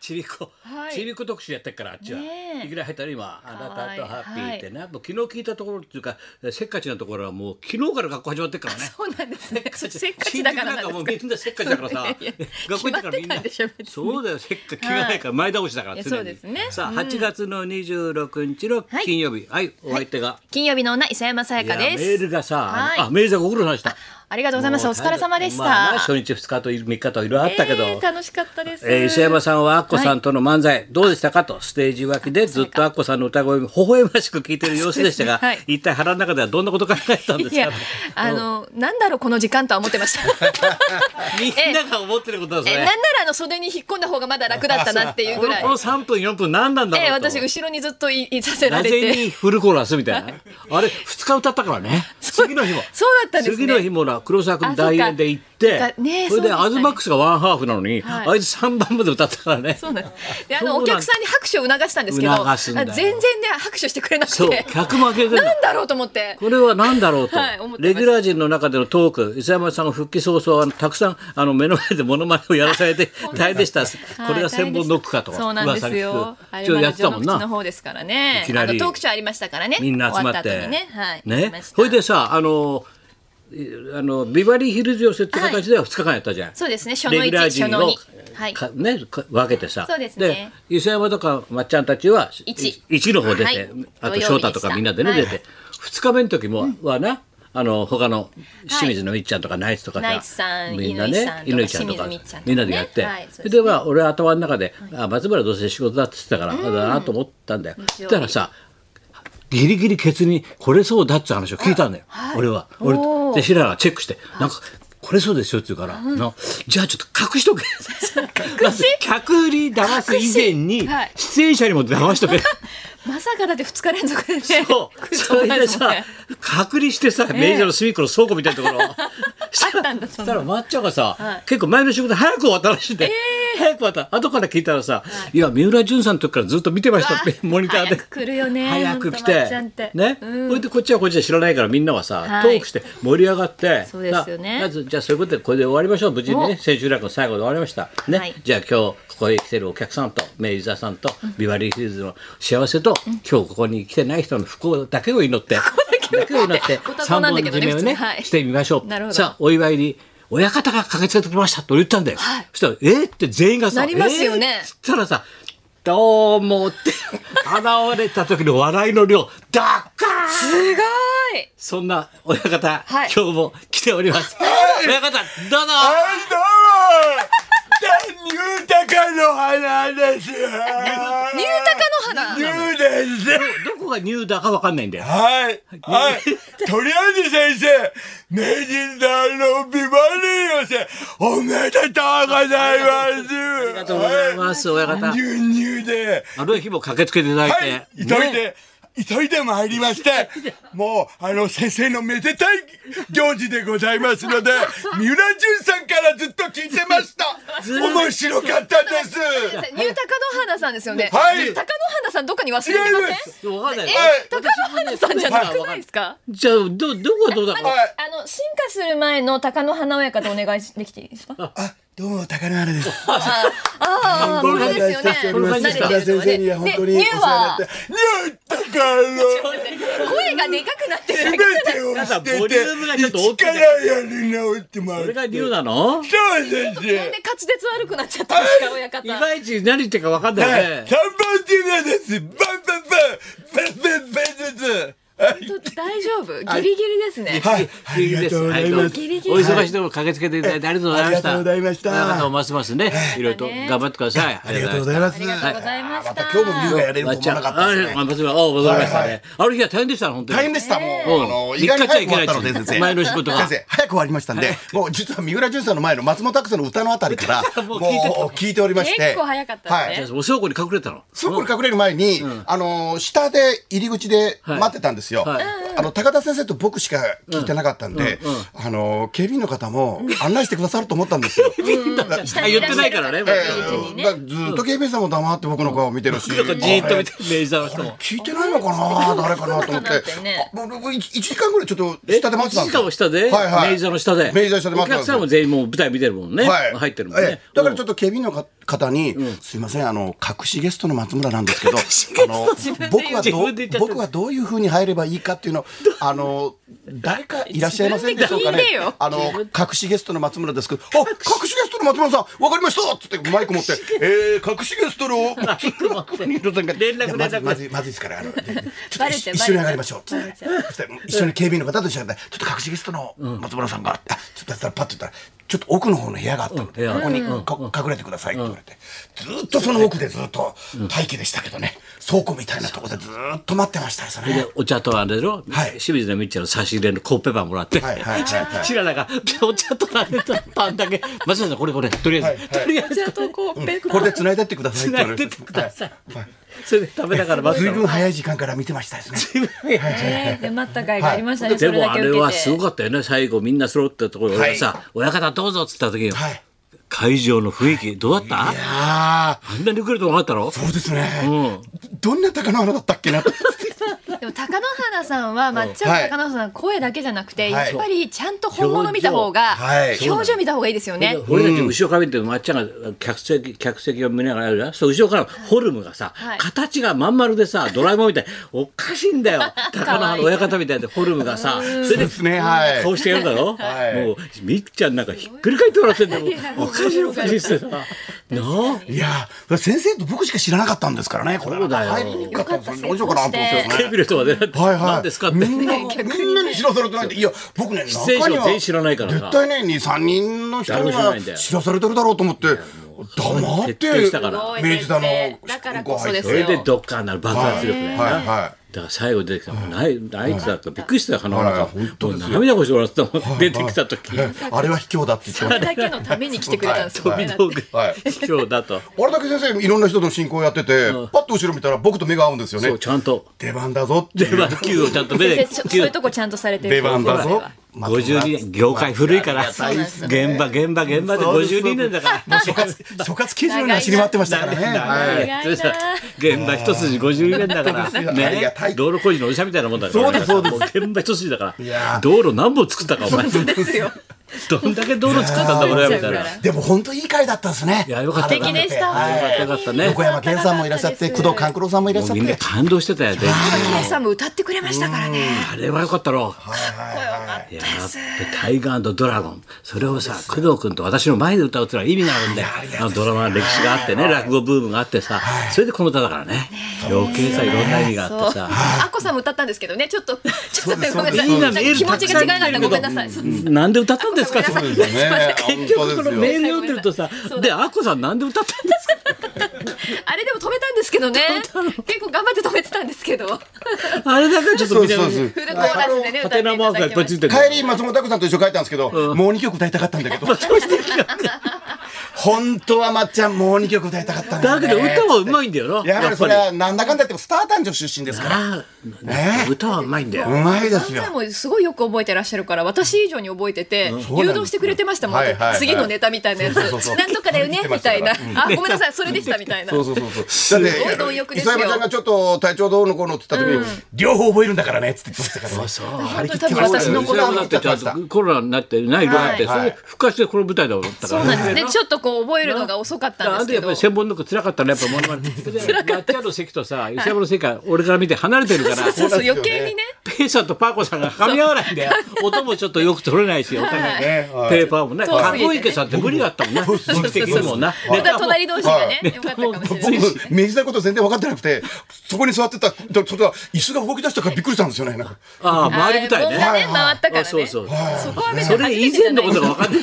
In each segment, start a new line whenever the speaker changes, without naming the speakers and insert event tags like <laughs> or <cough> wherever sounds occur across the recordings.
ちびっこ、
はい
ちびっこ特集やってっからあっちは、
ねえ
いくら入ったら今「あなたとハッピー」ってね、もう昨日聞いたところっていうかえーせっかちなところはもう昨日から学校始まってっからね
そうなんですね。
<laughs>
せっか
新
ち
宿
だから
なん
な
かもうん
です
みんなせっかちだからさ
いやいや
学校行ってからみんな
決まってたんでしょ別に
そうだよせっかち気がないから前倒しだから、
いや
常に
そうですね
さあ
うん
8月の26日の金曜日はい、お相手が、
か。金曜日の女磯山さや
いや
か
メ
です。
ールがさ、
はい
あメールがご苦労さんでした
ありがとうございます。
も
お疲れ様でした。
まあまあ初日2日と3日といろいろあったけど、
えー楽しかったです。
えー、石山さんはアッコさんとの漫才どうでしたかとステージ脇でずっとアッコさんの歌声を微笑ましく聞いてる様子でしたが、
そうですねは
一体腹の中ではどんなこと考えてたんです
い
か
や、あの、なんだろう、この時間とは思ってま
<laughs>
した。
みんなが思ってることです
え、な
ね
んな。ら、あの、袖に引っ込んだ方がまだ楽だったなっていうぐらい
こ。の3分4分何なんだろう
え、
と。
私、後ろにずっといいさせら
な
れ
ぜ
て。
にフルコーラスみたいな。あれ2日歌ったからね。次の日も。
そうだったんですね
次の日もな黒沢君代演で行って
あそっかねえ
それで
そうでしたね
アズマックスがワンハーフなのに、
はい
あいつ3番まで歌ったからね。
そうなんです。で、あの、
そうなん
お客さんに拍手を促したんですけど、
促
あ
すんだよ
全然ね、拍手してくれなく
そう
て。
客負けてる。
なんだろうと思って。
<laughs> これは何だろうと、
はい思ってま
レ
した
ギュラー陣の中でのトーク、磯山さんが復帰早々、あのたくさんあの目の前でモノマネをやらさ
<laughs>
れて、大変でした、これが千本ノックかとか、
そうなんですよ。あ
噂に聞く
れ
一応
は
や
ね
って
序
たも
の
ん
口の
な、
方ですからね。
いきなり
あのトークショーありましたからね。
みんな集まっ
終わた後
て。
にね、はい。やりました
ほいでさ、あの、いあのビバリーヒルズ寄せって形では2日間やったじゃん。
そうですね。初
レ
の
ギュラー
一、
陣
初
を
の二。はい。
かね、か分けてさ
そうですね
磯山とかまっちゃんたちは
一
1の方出て、
はい
あと
土曜日でした
翔太とかみんなでね、
はい
出て2日目の時も、はなあの他の清水のみっちゃんとかナイツとか
ナイツさん
みんなね
乾
乾ち
さん
ゃん
と
と
か
か
清水みっちゃんとかね
みんなでやって、
はいそう
それ
ですね
では俺頭の中で、あ松原どうせ仕事だって言ってたから、だなと思ったんだよ。そしたらさギリギリケツにこれそうだって話を聞いたんだよ、俺は俺
おー
で白良がチェックしてなんかこれそうですよって言うから、なじゃあちょっと隠しとけまず客に騙す以前
隠
に
しはい
出演者にも騙し
<laughs>
とけ
まさかだって二日連続でね。 <laughs>
そうそれでさ隔離してさ明治の隅っこの倉庫みたいなところ
<laughs> あったんだそ
し
ん
た
な
らまっちゃんがさ、
はい
結構前の仕事早く終わったらしいんで、早く終わった後から聞いたらさ、い、や三浦淳さんの時からずっと見てましたって
うわ
モニターで
早く来るよね
早く来
ほんとまっちゃんってて
ね
うん
それでこっちはこっちで知らないからみんなはさ、
はい
トークして盛り上がって
そうですよね
さまずじゃあそういうことでこれで終わりましょう無事にね
お
千秋楽の最後で終わりましたね、
はい
じゃあ今日ここへ来てるお客さんと明治座さんとビバリーヒルズの幸せと、今日ここに来てない人の不幸だけを祈ってだけを祈
<laughs>
って
お互い
三
なん
本
だけど
締
ね
めをね、
普通はい
してみましょう
なるほど
さあお祝いに親方が駆けつけてきましたと俺言ったんだよ、
はい
そしたら「えっ?」って全員がさ
なりますよね
えーそしたらさ「どうも」って現れた時の笑いの量ダッカーン
すごい。
そんな親方、
はい
今日も来ております親方どうぞ
はい、どうもニュータカの花ですニュー
ニュータカの花。
です
どこがニューだかわかんないんだよ
はい、はい、とりあえず先生、名人さんのビバリー寄せ、おめでとうございますあり
ありがとうございます親方
ニューニューで、
あの日も駆けつけていただいて、
はい、急いで、
ね
急いで参りまして、もう、あの、先生のめでたい行事でございますので、三浦淳さんからずっと聞いてました。面白かったです。
ニュータカの花さんですよね。
はい
ニュータカの花さんどっかに忘れてま
違いま
せん
す。
わかんない
え、高野花さんじゃなくないですか。
じゃあどどこがどうだろう
はい。
あの進化する前の高野花親方お願いできていいですか。あ
あ、どうも、高野原です。
あー、
ご
本当
無
です
沙
よね
汰しております。
慣れてる
高田先生には本当にお
ね
世話になって。ニュータカの
声がでかくなって
<laughs>
る。
全てを捨
ボ
て
リュームがちょっと
て、
大
一
きいね
からやり直ってま
そ
す
れ。がニューなの
そうです。
なんで滑舌悪くなっちゃったんですか、親
い
方。
まいち何言ってるかわかんない
はい、
よね
3番手目です。バンバンバンバンバンバンです。はい
本当大丈夫、ギリギリですね。
はい、ありがとうございます。
ギリギ
お
リ
忙しいところ駆けつけていただいてありがとうございました。
ありがとうございました
親方もますますね、いろいろと頑張ってください。
ありがとうございます。
ありがとうございました。
また今日もニューがやれると
まっ
思
ちゃ
わ
ん、
なか
あ
ったで
あ
すね。
まっちゃんあございましたね。ある日は大変でしたね、本当に。
大変でした、もう。
うん
あの、
三
意
日
外に
ちゃ
早
い
く
けな
終わ
い
ったので、先生。
前の仕事が
先生、早く終わりましたんで、もう実は三浦淳さんの前の松本拓さんの歌のあたりから、
も
も
う
う
聞いてた
聞いておりまして。
結構早かったですね
はい。
お倉庫に隠れたの。
そこに隠れる前に、あの、下で入り口で待ってたんですよ。
はい
あの、高田先生と僕しか聞いてなかったんで、あの、警備員の方も案内してくださると思ったんです <laughs> よ。
あ言ってないからね、
ええ
まっちゃん
うちにね
だからずっと警備員さんも黙って僕の顔を見てるし、
なんかじーっと見て、メイザーの人も。
聞いてないのかな誰かなと
そ
思っ
うだ
て
ったね
あもう1時間ぐらいちょっと下で待ってた
一時
んです
間も下で、
はいはい
メイザーの下で。
メイザーの下で待ってたんですよ
お客さんも全員もう舞台見てるもんね。入ってるもん
ええ
ね。
だからちょっ
っ
と警備員の方方に、すいません、あの、隠しゲストの松村なんですけど、あの、僕は
自
ど
分で言っちゃ
う、
ってる
僕はどういう風に入ればいいかっていうのを、あの、誰かいらっしゃいませんでしょうかね
自分で聞いてよ。
あの、隠しゲストの松村ですけど、あ、隠しゲストの松村さん、わかりましたっつってマイク
<laughs>
持って、えー、隠しゲストの <laughs> 松村邦洋さんが、
連絡
いやまず
連絡
まずいまずいですから、あの、でちょっと
バレちゃう
一緒
バレちゃう
に上がりましょうっつってね。そして一緒に警備員の方と一緒に上がって、ちょっと隠しゲストの松村さんが、あちょっとやったらパッと言ったら、ちょっと奥の方の部屋があったので、
うん部
こ
屋
こにこ隠れてくださいって言われて、ずっとその奥でずっと待機でしたけどね、倉庫みたいなところでずっと待ってましたですね
で。お茶とあれの、
はい
清水のみっちゃんの差し入れのコッペパンもらって、
はいはいはいはい
ちららがお茶とあれとパンだけ松下さんこれこれとりあえず、
はいはい
とりあえず
とこうペ
これで繋いでってくださいって言われ
繋いでってください
はいはい
それで食べながら松
随
下さん
分早い時間から見てましたですね。
ねで待った甲斐がありましたね、そ
で
れ
も
だ
あ
け受
れ
けて
はすごかったよね最後みんな揃ったところ
は
俺が
い
さ「親方どうぞ」っつった時に
はい。
会場の雰囲気どうだった
ああ、
あんなに受けるとこなかったろ
そうですね。どんな高野花だったっけなと。
でも高野花さんはまっちゃん
はい
と高野花さん声だけじゃなくて、
はい
やっぱりちゃんと本物見た方が
表情はい
表情見た方がいいですよね、
俺たち後ろから見てまっちゃんが客席客席を見ながらやるじゃんそう後ろからフォルムがさ、
はい
形がまん丸でさドラえもんみたいおかしいんだよ高野
わい
花
い
親方みたいでフォルムがさそれ
で
です
ね、はい。
顔してやるだろ、
はい
もうみっちゃんなんかひっくり返ってもらってんだよおかしいおかしいっすよなあ
いやー、先生と僕しか知らなかったんですからね。これ
そうだよ
入りにくかったんですよどうしようかなと思ってたんです
テ
よ
レ
ね。
ビの人までだって
はいはい。
何ですかって
みんな、みんなに知らされてないって。いや、僕ね、
出演
中
者
には
全員知らないからさ
絶対ね、2、3人の人
誰も
に
知らないんだ
は
よ
知らされてるだろうと思って、黙って
徹底したから、
明治座の
だからこそです
そ
よ
れでドッカーになる爆発力だよな、
はいは
だから最後出てきたもうない泣いてたからびっくりしたよ鼻の中、
はい本当ですよ
もう涙こしてもらってたもん、出てきた時
い。ねあれは卑怯だって言ってました
それだけのために来てくれたんですよ、
はい
飛び道具
はい
今日だと
あれだけ先生いろんな人との進行やってて、パッと後ろ見たら僕と目が合うんですよ
そう
ね
ちゃんと
出番だぞって
出
いう
番球をちゃんと目で
先生 <laughs> そそうい
球
うとこちゃんとされてる
出番だぞ
52年業界古いから現
うなんですよ
場現場現場で52年だから
もう諸葛諸葛刑事のように走り回ってましたからねはい
いな
それさ現場一筋52年だか
当ですよ
ら、
ありがたい
道路工事のおじさんみたいなもんだから
そうですそうです
俺らさもう現場一筋だか
いやー
ら道路何本作ったかお前
ですよ
どんだけ道路作ったんだ俺らみたいな。
でも本当いい回だったですね
いやよかった
素敵でした
改めて
よかったね
横山健さんもいらっしゃって工藤官九郎さんもいらっしゃっ
みんな
て
感動してたよね。
高橋さんも歌ってくれましたからね
あれはよかったろう。いややっぱタイガードラゴンそれをさ工藤君と私の前で歌うってのは意味があるんだよあのドラマの歴史があってね落語ブームがあってさそれでこの歌だからね余計さいろんな意味があって
そう
さ
あっこさんも歌ったんですけどねちょっとちょっとごめんなさい
みんな
ち
メ
ょ
ール
っと気
た
持
く
ち
さ
が
ん来て
違うから
る
ご
け
め
ど
んなさいそう
なんで歌ったんですか
あごめんな
そうですよね
結局この
本当
メ
ですよ
ール読んでるとさであこさんなんで歌ったんですか
あれでも止めたんですけどね結構頑張って止めてたんですけど
あれだけちょっ
そ
と
う
見て
そうそう
フルコーラスでね
ハテ
歌っていた
ナマークが
だ
いっぱい
きま
つ
し
い
た
てる
帰り松本拓さんと一緒に帰ったんですけど、もう2曲歌いたかったんだけど本当はまっちゃんもう2曲歌いたかったんだ
だ
よね
けど歌はうまいんだよな
やっぱりそれ
あ
はなんだかんだ言ってもスター誕生出身ですから
あ歌はうまいんだよ
うまいです
先
よ
生もすごいよく覚えてらっしゃるから私以上に覚えてて
ん
誘導してくれてましたもん
はいはいはい
次のネタみたいなやつ
そうそうそう
なんとかだよねみたいな
う
あごめんなさいそれでしたみたいな
そうそうそうそう。だっ
ごい
て
貪欲です
磯
よ
山ちゃんがちょっと体調どうのこうのって言った時に、両方覚えるんだからねっつって言ってましたから。
そう
張り切
多分私の
コ
こ
ロ
と
ナになってちゃんとコロナになってない色になって、
はい
それで復活してこの舞台だった
そ
か
うなん
ら
で
ね。
すねちょっとこう覚えるのが遅かったん
あ
で
の
す
時やっ
け
ぱり
ど
千本の子辛かったねやっぱモノマネ。
<laughs>
で、ガッチャの席とさ、石山の席が俺から見て離れてるから、
そうそう
そうなん
余
ですよね
計にね
ペイさんとパーコさんが噛み合わないんだよ。音もちょっとよく取れないし、お互いね。
ねはい
ペーパーもね、
遠すぎてね
籠池さんって無理だったもんね。時期的にもな。
ま
ネタ
だ
も
隣同士がね良かったかもしれない
僕明治大こと全然分かってなくて、そこに座ってた、それは椅子が動き出したからびっくりしたんですよね。なんか
ああ、周り舞台
あーも
ね。
うね回ったから
あ
ね
そうそう。
そこは別
そ
に
れ以前のことが分かんない。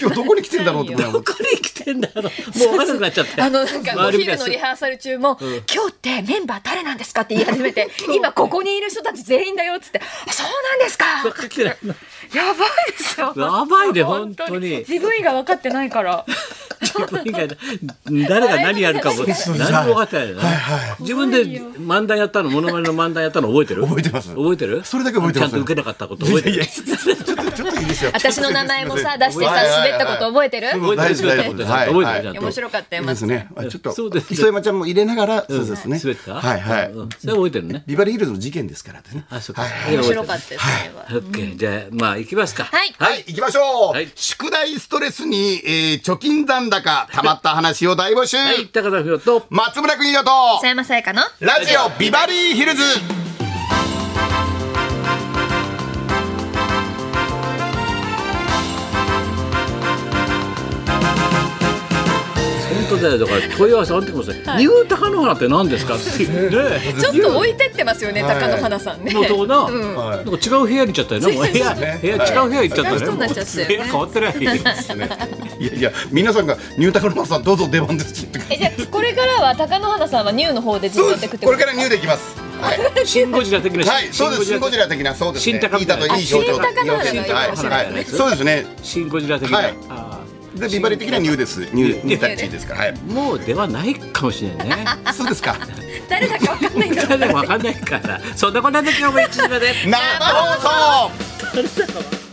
今日どこに来てんだろうって思いなが
どこに来てんだろう。もう分かんなくなっちゃって。
あのなんかお
周り舞
昼
台
のリハーサル中も、今日ってメンバー誰なんですかって言い始めて今ここにいる人たち全員だよっつってあそうなんですか
ばっか来てない
やばいですよ
やばいね本当に
自分以外分かってないから
自分以外だ誰が何やるかも何も分かってないよね
はいは
自分で漫談やったのモノマネの漫談やったの覚えてる
覚えてます
覚えてる
それだけ覚えてます
ちゃんと受けなかったこと覚えてる
ら。ちょっとちょっといいですよ。
私の名前もさ出してさ
はいはいはい
滑ったこと覚えてる
そう大事大事は
覚え
い
てる
はい
ちゃんと
面白かった
い
よ
いですね。
松
あ
田
ちょっと
そうですね
磯山ちゃんも入れながらそうですね。
滑った
はいはい。
うんそれは覚えてるね
ビバリーヒルズの事件ですからですね。
あそうか
面白かったですね
オッケーじゃあまあ行きますか
はい
はい、行きましょう、
はい
宿題ストレスに、えー貯金残高、たまった話を大募集、
はい高田博と
松村邦洋と、
佐山さやかの
ラジオビバリーヒルズ
本当だよだから問い合わせあってくださいニュータカノハナって何ですかって
<laughs>
ね
ちょっと置いてってますよね
はい
高野花さんね
もうどうな、
ん
なんか違う部屋に行っちゃった
<laughs>
よね。もう部屋、
ね
部屋、違う部屋行っちゃった
違う人
ね。
に
も
な
う
っちゃったよね
部屋変わ
<laughs>
ってない。
いやいや、皆さんが、ニュータカノマさん、どうぞ出番ですって。
えじゃあこれからは高野花さんはニューの方でずっと
そ
や
う
ってい
で
くっ
す。
てこ
これ
と
からニューできます。はい、
シンゴジラ的な。
はい、そうです。シンゴジラ的な、そうです
シ
ね
ンタカ。
いいたといい表情。
あシンタカノマラの
はい、はいはい、そうですね。
シンゴジラ的な。
はい
あ
で、ビバリー的なニューです。ニュー、
ニ
ニ
ュー
ュータッチです <laughs> から。はい。
ーもうではないかもしれないね。 <laughs>
そうです <laughs> か。
誰だかわかんないから
誰もわかんないから。そんなことなんで今日も一時まで。
生放送。